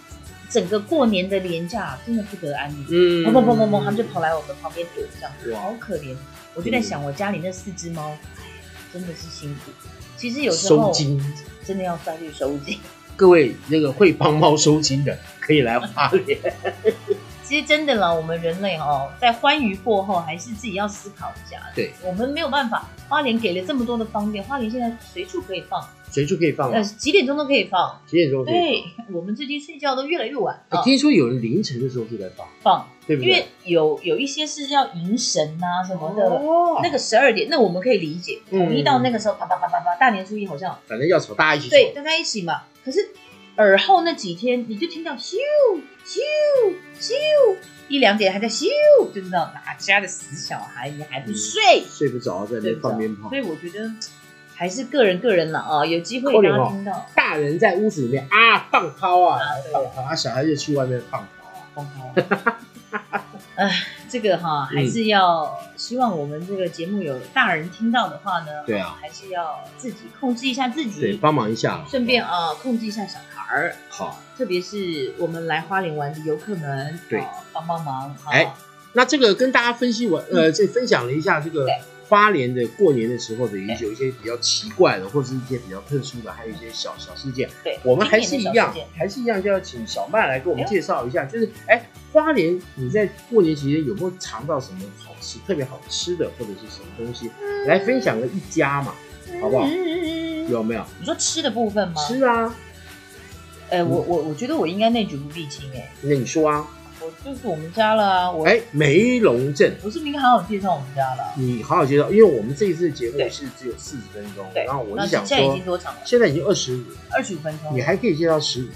B: 整个过年的廉价啊真的不得安宁。
A: 嗯，
B: 砰砰砰砰砰，他们就跑来我们旁边躲，这样
A: 哇嗯
B: 好可怜。我就在想，我家里那四只猫，真的是辛苦。其实有时
A: 收
B: 候
A: 金，
B: 真的要再去收紧。
A: 各位那个会帮猫收金的可以来花莲。
B: 其实真的啦，我们人类哦，在欢愉过后，还是自己要思考一下。
A: 对，
B: 我们没有办法，花莲给了这么多的方便，花莲现在随处可以放，
A: 随处可以放
B: 呃，
A: 啊，
B: 几点钟都可以放。
A: 几点钟可以放？
B: 对，我们最近睡觉都越来越晚
A: 哎
B: 啊，
A: 听说有人凌晨的时候就在放，
B: 放，
A: 对不
B: 因为
A: 对？
B: 有有一些是要迎神呐、什么的，
A: 哦
B: 那个十二点，那我们可以理解，
A: 嗯
B: 统一到那个时候，啪啪啪啪啪，大年初一好像
A: 反正要吵，大家一起吵。
B: 对，大家一起嘛。可是耳后那几天，你就听到咻咻咻，一两点还在咻，就知道哪家的死小孩你还不睡，
A: 睡不着，在那边
B: 对不
A: 放
B: 对
A: 鞭炮
B: 所。以我觉得还是个人个人了啊，有机会
A: 扣脸
B: 大家
A: 哦
B: 听到
A: 大人在屋子里面啊放炮啊，
B: 对
A: 放炮啊，小孩就去外面放炮啊。
B: 疯狂。哎，这个哈
A: 嗯
B: 还是要希望我们这个节目有大人听到的话呢，
A: 对啊，
B: 还是要自己控制一下自
A: 对，
B: 己，
A: 帮忙一下。
B: 嗯顺便啊控制一下小孩儿。
A: 好，
B: 特别是我们来花莲玩的游客们，
A: 对
B: 哦帮帮忙，好
A: 哎那这个跟大家分析完，呃，这分享了一下这个
B: 嗯对
A: 花莲的过年的时候的一
B: 对
A: 些有一些比较奇怪的，或者是一些比较特殊的，还有一些小小事件。
B: 对，
A: 我们还是
B: 今
A: 一
B: 年的小
A: 样
B: 世界，
A: 还是一样，就要请小曼来给我们
B: 哎呦
A: 介绍一下，就是哎，花莲你在过年期间有没有尝到什么好
B: 嗯
A: 吃、特别好吃的，或者是什么东西，来分享个一家嘛，好不好？
B: 嗯
A: 有没有？
B: 你说吃的部分吗？
A: 吃啊，
B: 哎，我我我觉得我应该内举不避亲，哎，
A: 那你说啊，
B: 我就是我们家了啊，我
A: 哎，梅龙镇，
B: 我是不是应该好好介绍我们家了？
A: 你好好介绍，因为我们这一次的节目
B: 对
A: 是只有四十分钟，
B: 对
A: 然后我
B: 那
A: 就想
B: 现在已
A: 说
B: 经，多长了？
A: 现在已经二十五，
B: 二十五分钟
A: 你，还可以介绍十五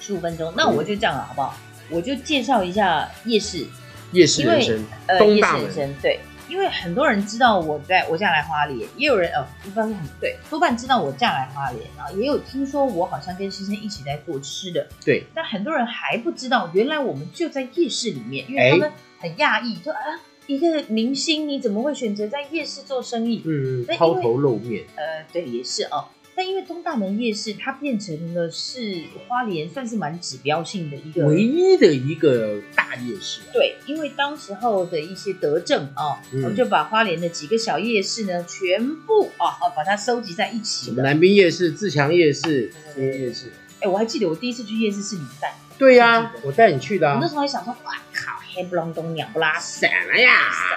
B: 十五分钟，那我就这样了，好不好？我就介绍一下夜市，
A: 夜市人
B: 因
A: 生，
B: 呃，
A: 东
B: 夜
A: 大
B: 市人
A: 门
B: 生，对，因为很多人知道我在我嫁来花莲，也有人呃，一般是很对，多半知道我嫁来花莲，然后也有听说我好像跟先生一起在做吃的，
A: 对，
B: 但很多人还不知道，原来我们就在夜市里面，因为
A: 哎
B: 他们很讶异，就啊，一个明星你怎么会选择在夜市做生意？
A: 嗯，
B: 那因为
A: 抛头露面，
B: 呃，对，也是哦。但因为东大门夜市，它变成了是花莲算是蛮指标性的一个
A: 唯一的一个大夜市啊，
B: 对，因为当时候的一些德政啊，
A: 嗯
B: 我们就把花莲的几个小夜市呢，全部啊啊把它收集在一
A: 什
B: 起
A: 么
B: 了。
A: 南滨夜市、自强夜市、
B: 对
A: 新夜市，
B: 哎，我还记得我第一次去夜市是礼拜，
A: 对呀
B: 是，
A: 我带你去的
B: 我
A: 啊
B: 那，时候还想说，哇靠，黑不隆咚、鸟不拉屎，
A: 什么呀？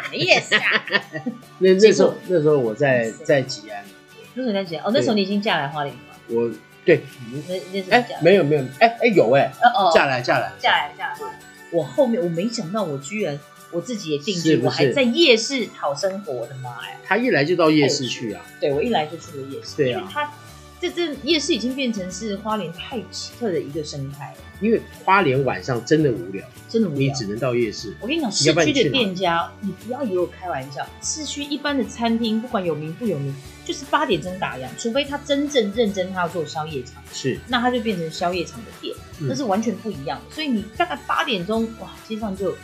B: 什么夜市啊？
A: 那那时
B: 结
A: 候
B: 果
A: 那时候我在在吉安，
B: 那时候你在讲，哦，那时候你已经嫁来花莲了吗？
A: 我对，
B: 那那时候
A: 哎
B: 嫁，，
A: 没有没有，哎哎有哎，
B: 哦哦，
A: 下来下来
B: 嫁来嫁来。我后面我没想到，我居然我自己也定居，
A: 是不是
B: 我还在夜市讨生活，我的妈呀！
A: 他一来就到夜市去啊，
B: 对我一来就去了夜市，
A: 对啊
B: 因为它这这夜市已经变成是花莲太奇特的一个生态了。
A: 因为花莲晚上真的无聊，
B: 真的无
A: 你
B: 聊。
A: 只能到夜市。
B: 我跟你讲，市
A: 要不然
B: 区
A: 你去
B: 的
A: 哪
B: 店家，你不要以为我开玩笑。市区一般的餐厅，不管有名不有名，就是八点钟打烊，除非他真正认真，他要做宵夜场，
A: 是，
B: 那他就变成宵夜场的店，
A: 嗯
B: 那是完全不一样的。所以你大概八点钟，哇，街上就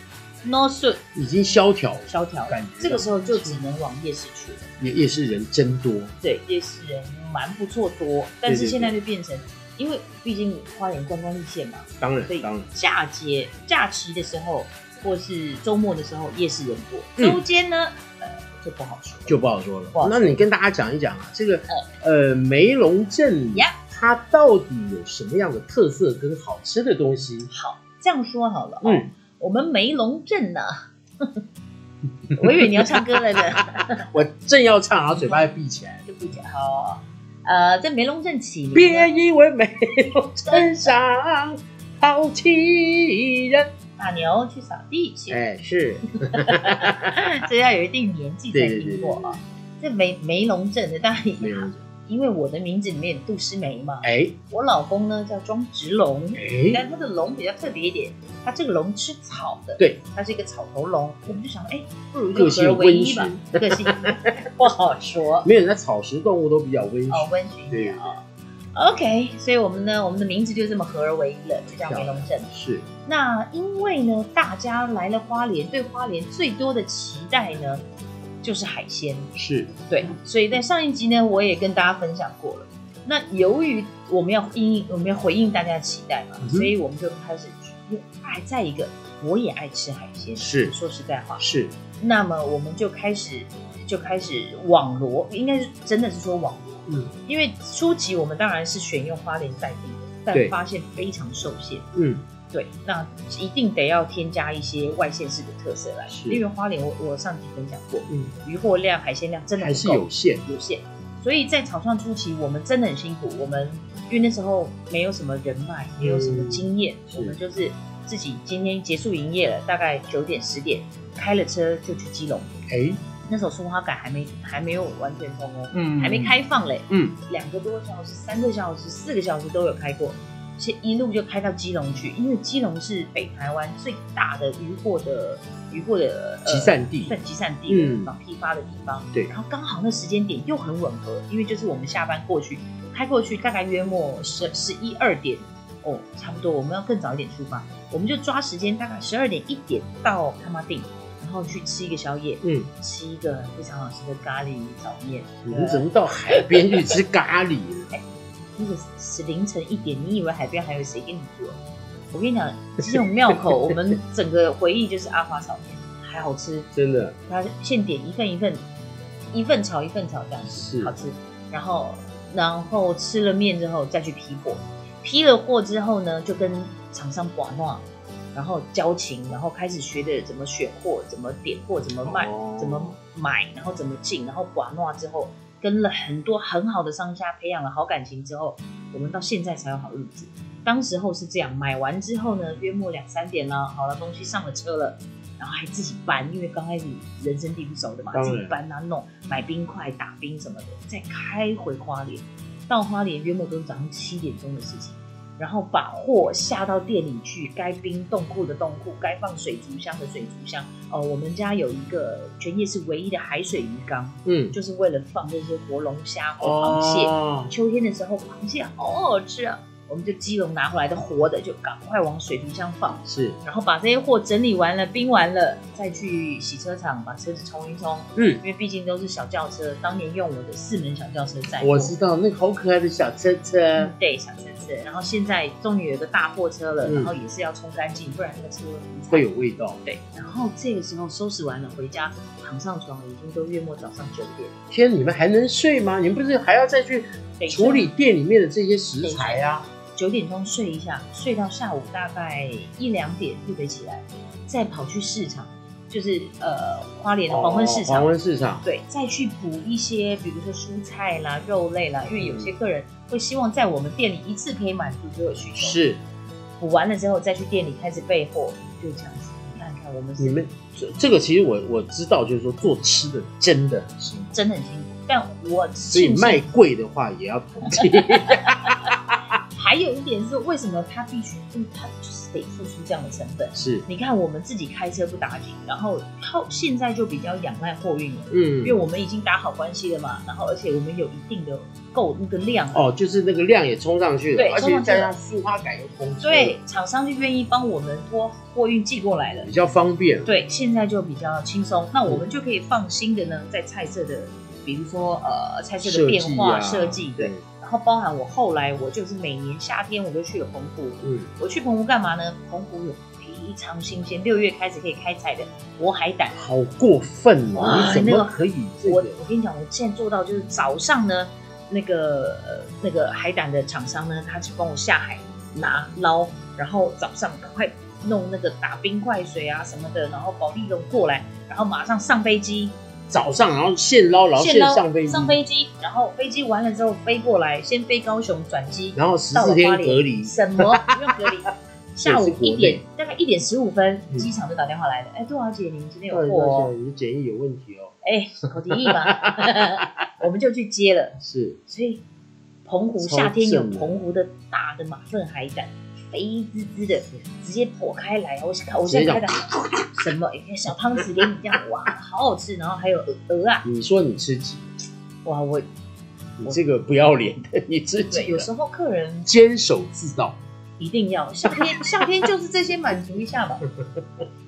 B: no s u
A: 已经萧条，
B: 萧条了
A: 感觉，到
B: 这个时候就只能往夜市去了。
A: 夜夜市人真多，
B: 对，夜市人蛮不错多，但是现在就变成，因为毕竟花莲观光路线嘛，
A: 当然
B: 所以
A: 当然，
B: 假节、假期的时候，或是周末的时候，夜市人多。
A: 嗯
B: 周间呢，呃，就不好说。
A: 就不好说了
B: 不好。说
A: 那你跟大家讲一讲啊，这个
B: 嗯
A: 呃梅龙镇它到底有什么样的特色跟好吃的东西？
B: 好，这样说好了、哦。
A: 嗯，
B: 我们梅龙镇呢， 我以为你要唱歌了呢，
A: 我正要唱，然后嘴巴闭起来。
B: 对不起，好。呃，在梅龙镇起名
A: 别
B: 呢，
A: 以为梅龙镇上好欺人。
B: 打牛去扫地去。
A: 哎，是，
B: 这要有一定年纪才
A: 对对对
B: 听
A: 对
B: 过啊。这梅梅龙镇的，当然
A: 梅龙
B: 因为我的名字里面有杜诗梅嘛，
A: 哎
B: 我老公呢叫庄植龙，
A: 哎，
B: 但他的龙比较特别一点，他这个龙吃草的，
A: 对，
B: 它是一个草头龙。我们就想，哎，不如就
A: 个
B: 合而
A: 性
B: 为
A: 温
B: 一吧
A: 驯，，
B: 个性不 好说
A: 没有，那草食动物都比较温驯。
B: 哦，温驯一点啊。OK，所以我们呢，我们的名字就这么合而为一了，就叫梅龙镇。
A: 是，
B: 那因为呢，大家来了花莲，对花莲最多的期待呢，就是海鲜。
A: 是，
B: 对，所以在上一集呢，我也跟大家分享过了。那由于我们要应我们要回应大家的期待嘛，
A: 嗯哼
B: 所以我们就开始去因为爱再一个，我也爱吃海鲜。
A: 是
B: 说实在话，
A: 是，
B: 那么我们就开始就开始网罗，应该是真的是说网罗，
A: 嗯
B: 因为初期我们当然是选用花莲在地的，
A: 对
B: 但发现非常受限。
A: 嗯，
B: 对，那一定得要添加一些外县市的特色来，
A: 是
B: 因为花莲我我上集分享过，
A: 嗯，
B: 渔获量、海鲜量真的
A: 还是
B: 不够
A: 有限。
B: 有限，所以在草创初期我们真的很辛苦，我们因为那时候没有什么人脉，没有什么经验，
A: 嗯是
B: 我们就是自己今天结束营业了，大概九点十点开了车就去基隆，
A: 哎，
B: 那时候松花港还没还没有完全通哦，
A: 嗯
B: 还没，开放嘞，
A: 嗯，
B: 两个多小时、三个小时、四个小时都有开过，先一路就开到基隆去，因为基隆是北台湾最大的渔获的渔获的、呃
A: 集散地
B: 算集散地的
A: 嗯
B: 地方、批发的地方。
A: 对
B: 然后刚好那时间点又很吻合，因为就是我们下班过去，开过去大概约莫十十一二点。哦，差不多，我们要更早一点出发，我们就抓时间，大概十二点一点到他妈定，然后去吃一个宵夜，
A: 嗯，
B: 吃一个非常好吃的咖喱早面。
A: 你们怎么到海边去吃咖喱了？
B: 那个是凌晨一点，你以为海边还有谁跟你做？我跟你讲，这种庙口，我们整个回忆就是阿花炒面，还好吃。
A: 真的
B: 它现点一份一份，一份炒一份炒这样子，
A: 是
B: 好吃。然后，然后吃了面之后再去批货，批了货之后呢，就跟厂商把话，然后交情，然后开始学的怎么选货，怎么点货，怎么卖，
A: 哦
B: 怎么买，然后怎么进，然后把话之后，跟了很多很好的商家培养了好感情之后，我们到现在才有好日子。当时候是这样，买完之后呢，约莫两三点了，好了，东西上了车了，然后还自己搬，因为刚开始人生地不熟的嘛，
A: 当然
B: 自己搬啊弄，买冰块、打冰什么的，再开回花莲。到花莲约莫都是早上七点钟的事情，然后把货下到店里去，该冰冻库的冻库，该放水族箱的水族箱。哦，我们家有一个全夜市唯一的海水鱼缸，
A: 嗯，
B: 就是为了放这些活龙虾、活螃蟹。
A: 哦
B: 秋天的时候，螃蟹好好吃啊！我们就基隆拿回来的活的，就赶快往水族箱放，
A: 是，
B: 然后把这些货整理完了、冰完了，再去洗车场把车子冲一冲，
A: 嗯，
B: 因为毕竟都是小轿车，当年用我的四门小轿车载货。
A: 我知道那个好可爱的小车车
B: 嗯，对，小车车。然后现在终于有一个大货车了，
A: 嗯
B: 然后也是要冲干净，不然那个车
A: 会有味道。
B: 对。然后这个时候收拾完了回家，躺上床了，已经都月末早上九点。
A: 天，你们还能睡吗？你们不是还要再去
B: 等一下
A: 处理店里面的这些食材啊？
B: 九点钟睡一下，睡到下午大概一两点就得起来，再跑去市场，就是呃花莲的黄昏市
A: 哦
B: 场，
A: 黄昏市场，
B: 对，再去补一些，比如说蔬菜啦、肉类啦，因为有些客人会希望在我们店里一次可以满足所有需求。
A: 是
B: 补完了之后再去店里开始备货，就这样子。你看看我们是
A: 你们这这个其实我我知道，就是说做吃的真的很辛苦，
B: 真的很辛苦，但我
A: 所以
B: 庆幸
A: 卖贵的话也要统计。
B: 还有一点是为什么他必须，就是他就是得付出这样的成本。
A: 是，
B: 你看，我们自己开车不打紧，然后后现在就比较仰赖货运了， 因为
A: 嗯，
B: 我们已经打好关系了嘛，然后而且我们有一定的够那个量，
A: 哦，就是那个量也冲上去了，
B: 对
A: 而
B: 冲
A: 且
B: 上去了
A: 加上塑化感又冲出，
B: 对，，厂商就愿意帮我们托货运寄过来了
A: 比。较方便。
B: 对，现在就比较轻松，那我们就可以放心的呢，在菜色的，比如说呃菜色的变化设
A: 设啊
B: 计嗯
A: 计，
B: 对，，然后包含我后来我就是每年夏天我都去了澎湖，
A: 嗯，
B: 我去澎湖干嘛呢？澎湖有非常新鲜，六月开始可以开采的活海胆。
A: 好过分哦！
B: 哇
A: 你怎
B: 那个
A: 么可以这
B: 我
A: 个？
B: 我跟你讲，我现在做到就是早上呢，那个呃那个海胆的厂商呢，他去帮我下海拿捞，然后早上赶快弄那个打冰块水啊什么的，然后保利龙过来，然后马上上飞机，
A: 早上然后现捞，然后现
B: 捞
A: 上飞机，
B: 上飞机，然后飞机完了之后飞过来，先飞高雄转机，
A: 然后十
B: 到
A: 四
B: 了
A: 天
B: 花
A: 隔离
B: 莲，，什么不用隔 离。下午
A: 也是国
B: 一点
A: 内，
B: 大概一点十五分，
A: 嗯
B: 机场就打电话来了。哎，杜小姐，你们今天有
A: 对
B: 货
A: 对
B: 哦
A: 对，？你的检疫有问题哦。
B: 哎，口蹄疫嘛， 我们就去接了。
A: 是，
B: 所以澎湖夏天有澎湖的大的马粪海胆，肥滋滋的，直接剖开来，我想看，我现在看到什么，一个小汤匙给你这样，哇，好好吃。然后还有鹅鹅啊，
A: 你说你吃鸡，
B: 哇，我
A: 你这个不要脸的，你吃
B: 对，
A: 鸡
B: 有，时候客人
A: 坚守自盗。
B: 一定要夏天，夏天就是这些满足一 下嘛。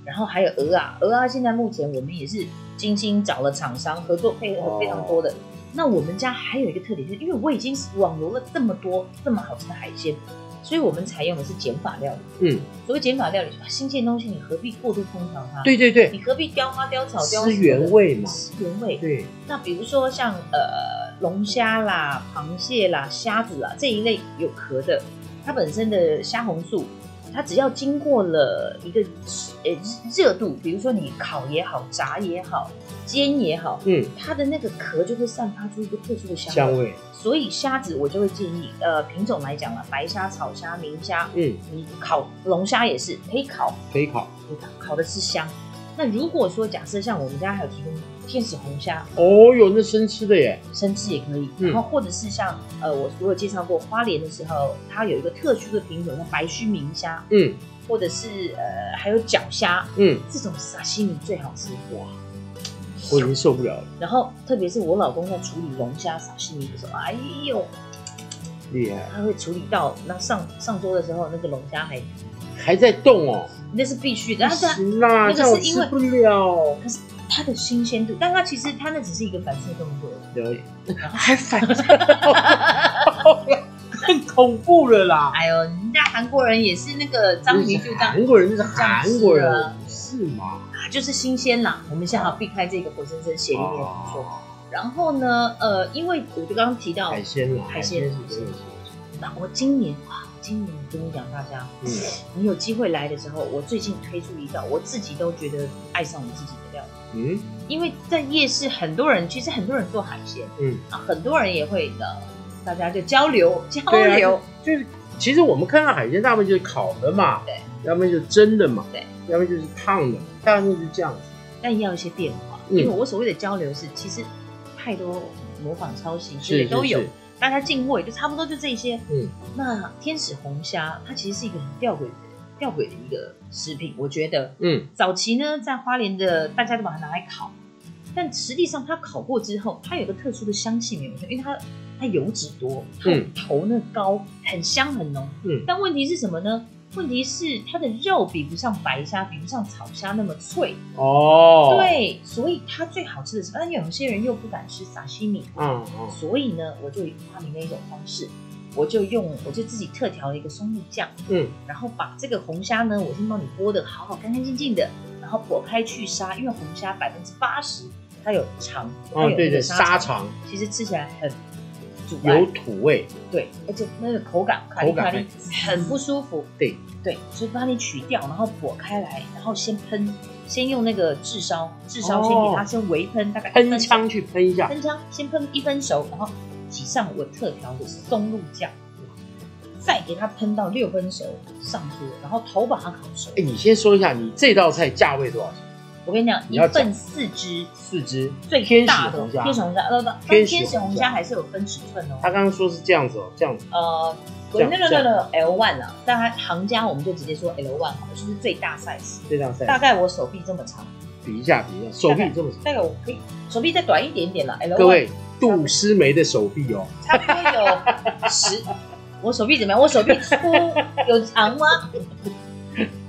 B: 然后还有鹅啊，鹅啊，现在目前我们也是精心找了厂商合作配
A: 哦
B: 合非常多的。那我们家还有一个特点，就是因为我已经网罗了这么多这么好吃的海鲜，所以我们采用的是减法料理。
A: 嗯，
B: 所谓减法料理，就是啊新鲜东西你何必过度烹调它？，
A: 对对对，
B: 你何必雕花雕草雕什么的
A: 吃原味嘛，
B: 吃原味。
A: 对，
B: 那比如说像呃龙虾啦、螃蟹啦、虾子啦这一类有壳的，它本身的虾红素，它只要经过了一个呃热度，比如说你烤也好、炸也好、煎也好，
A: 嗯，
B: 它的那个壳就会散发出一个特殊的香
A: 香
B: 味。
A: 味，
B: 所以虾子我就会建议，呃，品种来讲啦，白虾、草虾、明虾，
A: 嗯，
B: 你烤龙虾也是可以烤，
A: 可以烤
B: 烤的是香。那如果说假设像我们家还有提供天使红虾，
A: 哦哟，那生吃的耶，
B: 生吃也可以，
A: 嗯
B: 然后或者是像呃，我我有介绍过花莲的时候，它有一个特殊的品种叫白须明虾，
A: 嗯
B: 或者是呃还有脚虾，
A: 嗯，
B: 这种沙西米最好吃。
A: 哇，我已经受不了了，
B: 然后特别是我老公在处理龙虾沙西米的时候，哎呦，
A: 厉害，
B: 他会处理到那上上桌的时候，那个龙虾还
A: 还在动哦，
B: 那是必须的，
A: 不
B: 但是它
A: 行啦，
B: 那个
A: 这样我
B: 是因
A: 吃
B: 为
A: 不了，
B: 它的新鲜度，但它其实它那只是一个反射动作，
A: 了解，还反正更恐怖了啦，
B: 哎呦，人家韩国人也是那个章鱼就这样
A: 韩国人就是韩国
B: 这样
A: 人，是吗？
B: 就是新鲜啦。我们幸好避开这个活生生血淋淋的不错。
A: 哦，
B: 然后呢，呃，因为我就刚刚提到
A: 海，鲜啦，
B: 海鲜
A: 是真的是，
B: 那我今年哇，今年我跟你讲大家，
A: 嗯，
B: 你有机会来的时候，我最近推出一道我自己都觉得爱上我自己的料理，
A: 嗯
B: 因为在夜市很多人，其实很多人做海鲜
A: 嗯，
B: 啊，很多人也会的，大家就交流交
A: 对啊
B: 流。
A: 就是其实我们看到海鲜，大部分就是烤的嘛，
B: 对，
A: 要么就是蒸的嘛，
B: 对，
A: 要么就是烫的，大部分就是这样子。
B: 但也要一些变化。
A: 嗯
B: 因为我所谓的交流是，其实太多模仿、抄袭之
A: 是
B: 类都有
A: 是是，
B: 大家进货也就差不多就这些。
A: 嗯，
B: 那天使红虾它其实是一个很吊诡的、吊诡的一个食品，我觉得
A: 嗯，
B: 早期呢在花莲的大家都把它拿来烤，但实际上它烤过之后，它有个特殊的香气没有因为它它油脂多，它
A: 嗯
B: 头呢高，很香很浓。
A: 嗯
B: 但问题是什么呢？问题是它的肉比不上白虾，比不上草虾那么脆，
A: 哦，，
B: 对，所以它最好吃的是，但有些人又不敢吃沙西米，
A: 嗯嗯
B: 所以呢，我就发明了一种方式，我就用我就自己特调了一个松露酱，
A: 嗯，
B: 然后把这个红虾呢，我先帮你剥的好好干干净净的，然后剖开去沙，因为红虾百分之八十它有肠，它有
A: 哦，
B: 那
A: 对
B: 个
A: 对，
B: 沙
A: 沙，肠
B: 其实吃起来很阻
A: 有
B: 碍，
A: 土味，
B: 对，而且那个口感卡里
A: 口
B: 卡
A: 感
B: 里很不舒服，
A: 对
B: 对，所以把你取掉，然后剖开来，然后先喷，先用那个炙烧，炙烧先给它先微喷，大概一
A: 哦喷
B: 分熟
A: 枪去喷一下，
B: 喷枪先喷一分熟，然后挤上我特调的松露酱，再给它喷到六分熟上桌，然后头把它烤熟。
A: 哎，你先说一下，你这道菜价位多少钱？
B: 我跟你讲，
A: 你
B: 一
A: 要讲
B: 份四只
A: 四只
B: 最
A: 天使
B: 大的
A: 红虾
B: 天使红虾，呃不，
A: 天使红虾
B: 但天使红虾还是有分尺寸
A: 他
B: 哦。
A: 刚刚说是这样子哦，这样子，
B: 呃，
A: 这
B: 我
A: 样
B: 那个那个 L one 啊，但它行家我们就直接说 L one 好了，就是最大 size，
A: 这道菜
B: 大概我手臂这么长，
A: 比一下比一下，手臂这么长，
B: 大概我可以手臂再短一点点了。L
A: 各
B: one
A: 位，杜诗梅的手臂哦，
B: 差不多有十。我手臂怎么样？我手臂 粗有长吗？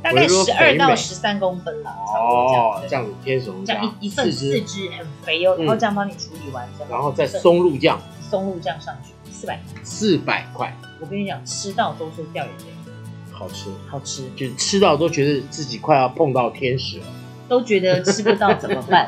B: 大概
A: 我是说
B: 十
A: 肥
B: 二
A: 美
B: 到十三公分啦，差不多
A: 哦，
B: 这
A: 这
B: 样。
A: 样子天使红
B: 对这样
A: 虾
B: 一一份四
A: 只，
B: 只很肥哦，
A: 嗯
B: 然后这样帮你处理完之后，
A: 然后再
B: 一份
A: 松露酱
B: 松露酱上去，四百。
A: 四百块，
B: 我跟你讲，吃到都是掉眼泪，
A: 好吃。
B: 好吃，
A: 就吃到都觉得自己快要碰到天使了。
B: 都觉得吃不到怎么 办？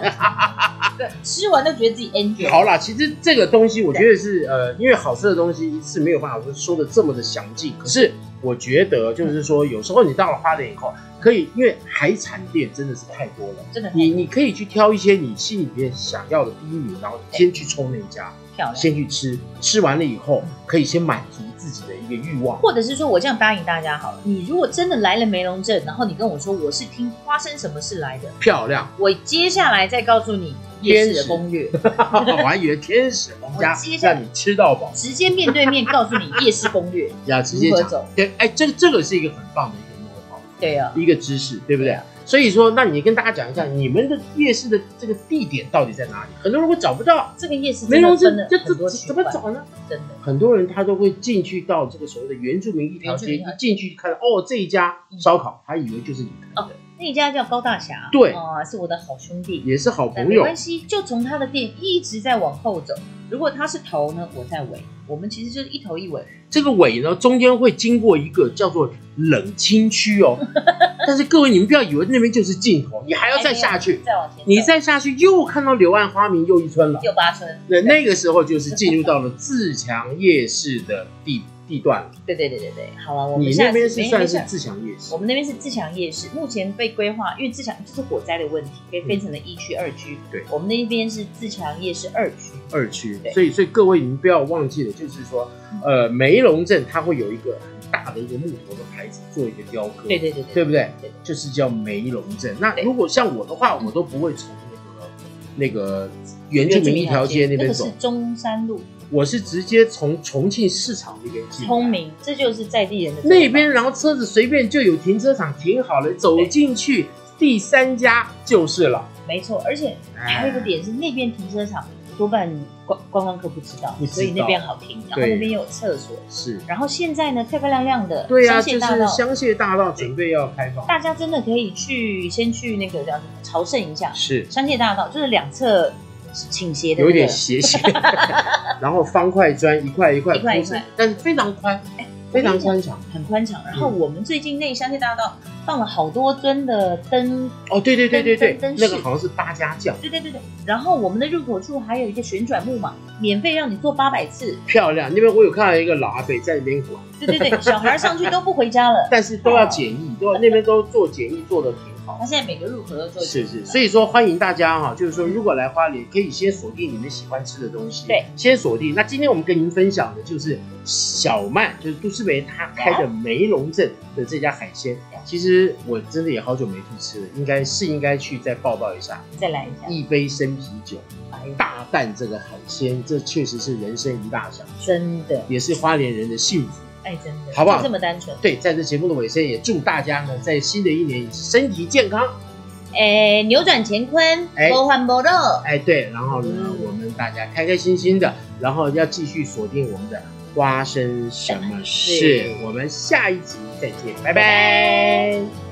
B: 对，吃完都觉得自己 angel。
A: 好，啦，其实这个东西我觉得是呃，因为好吃的东西一次没有办法说说的这么的详尽，可是我觉得就是说，有时候你到了花莲以后，可以因为海产店真的是太多了，
B: 真的很
A: 你你可以去挑一些你心里面想要的第一名，然后先去冲那家，
B: 漂亮。
A: 先去吃，吃完了以后可以先满足自己的一个欲望。
B: 或者是说我这样答应大家好了，你如果真的来了梅龙镇，然后你跟我说我是听发生什么事来的，
A: 漂亮，
B: 我接下来再告诉你夜市的攻略，
A: 我还以为天使红家
B: 我接下来
A: 让你吃到饱，
B: 直接面对面告诉 你夜市攻略
A: 要直接
B: 如何
A: 讲。
B: 走。
A: 对，哎，这个这个是一个很棒的一个 know how。
B: 对啊，
A: 一个知识，对不对？所以说，那你跟大家讲一下，你们的夜市的这个地点到底在哪里？很多人会找不到，
B: 这个夜市
A: 梅
B: 真
A: 龙
B: 的分
A: 镇
B: 了
A: 这这
B: 很多区
A: 怎
B: 块
A: 么，找呢？
B: 真的
A: 很多人他都会进去到这个所谓的原住民一条街，
B: 原住民
A: 一进去看到哦这一家烧烤，他以为就是你开的，
B: 那一家叫高大侠，
A: 对
B: 啊、是我的好兄弟，
A: 也是好
B: 但
A: 朋
B: 没
A: 友。
B: 关系，就从他的店一直在往后走。如果他是头呢，我在尾，我们其实就是一头一尾。
A: 这个尾呢，中间会经过一个叫做冷清区 哦。但是各位，你们不要以为那边就是尽头，你还要再下去，
B: 再往前走，
A: 你再下去又看到柳暗花明又一村了。
B: 六八村，
A: 那那个时候就是进入到了自强夜市的地地段了。
B: 对对对对对，好了，我们
A: 你
B: 下
A: 那
B: 次
A: 边是
B: 没
A: 算
B: 没
A: 是
B: 事。
A: 自强夜市
B: 我，们那边是自强夜市，目前被规划，因为自强就是火灾的问题，被分成了一区、二区。
A: 对
B: 我们那边是自强夜市二区，
A: 二区
B: 对，
A: 所以所以各位你们不要忘记了，就是说，呃，梅龙镇它会有一个很大的一个木头的牌子做一个雕刻，
B: 对对对对
A: 对不对
B: 对对？
A: 就是叫梅龙镇。那
B: 对
A: 如果像我的话，我都不会从那个那个原住民一条街那边走
B: 个，是中山路，
A: 我是直接从重庆市场那边进。
B: 聪。明，这就是在地人的做法
A: 那边，然后车子随便就有停车场停好了，走进去第三家就是了。
B: 没错，而且
A: 哎
B: 还有一个点是那边停车场多半观观光客不知道，
A: 不知道
B: 所以那边好停，然后
A: 对
B: 那边又有厕所，
A: 是，
B: 然后现在呢漂漂亮亮的
A: 对呀、
B: 商
A: 就
B: 业
A: 是
B: 大道。
A: 香榭大道准备要开放。
B: 大家真的可以去先去那个叫什么朝圣一下
A: 是。
B: 商界大道，就是两侧倾斜的、那
A: 有
B: 个，
A: 一点斜斜， 然后方块砖一块一块
B: 一块一块哎
A: 铺成，但是非常宽，非常宽敞。
B: 很宽敞。然
A: 嗯
B: 后我们最近那香榭大道放了好多尊的灯，
A: 哦，对对对对对
B: 灯灯，
A: 那个
B: 饰
A: 好像是八家将，
B: 对对对对。然后我们的入口处还有一个旋转木马，免费让你坐八百次。
A: 漂亮。那边我有看到一个老阿伯在那边管，
B: 对 对对，小孩上去都不回家了。
A: 但是都
B: 哦
A: 要简易，都要那边都做简易做的挺好
B: 他。现在每个入口都做一个
A: 是是，所以说欢迎大家哈、就是说如果来花莲，可以先锁定你们喜欢吃的东西，
B: 对，
A: 先锁定。那今天我们跟您分享的就是小曼，就是杜思梅她开的梅龙镇的这家海鲜，其实我真的也好久没去吃了，应该是应该去再报道一下。
B: 再来一下，
A: 一杯生啤酒，
B: 哎呀
A: 大啖这个海鲜，这确实是人生一大享，
B: 真的，
A: 也是花莲人的幸福。
B: 哎，真的，
A: 好不好
B: 就这么单纯。
A: 对，在这节目的尾声，也祝大家呢，在新的一年身体健康。
B: 哎，扭转乾坤，
A: 哎
B: 不欢不乐。
A: 哎，对，然后呢
B: 嗯，
A: 我们大家开开心心的，然后要继续锁定我们的发生什么
B: 什么
A: 事
B: 事，
A: 我们下一集再见，拜
B: 拜
A: 拜
B: 拜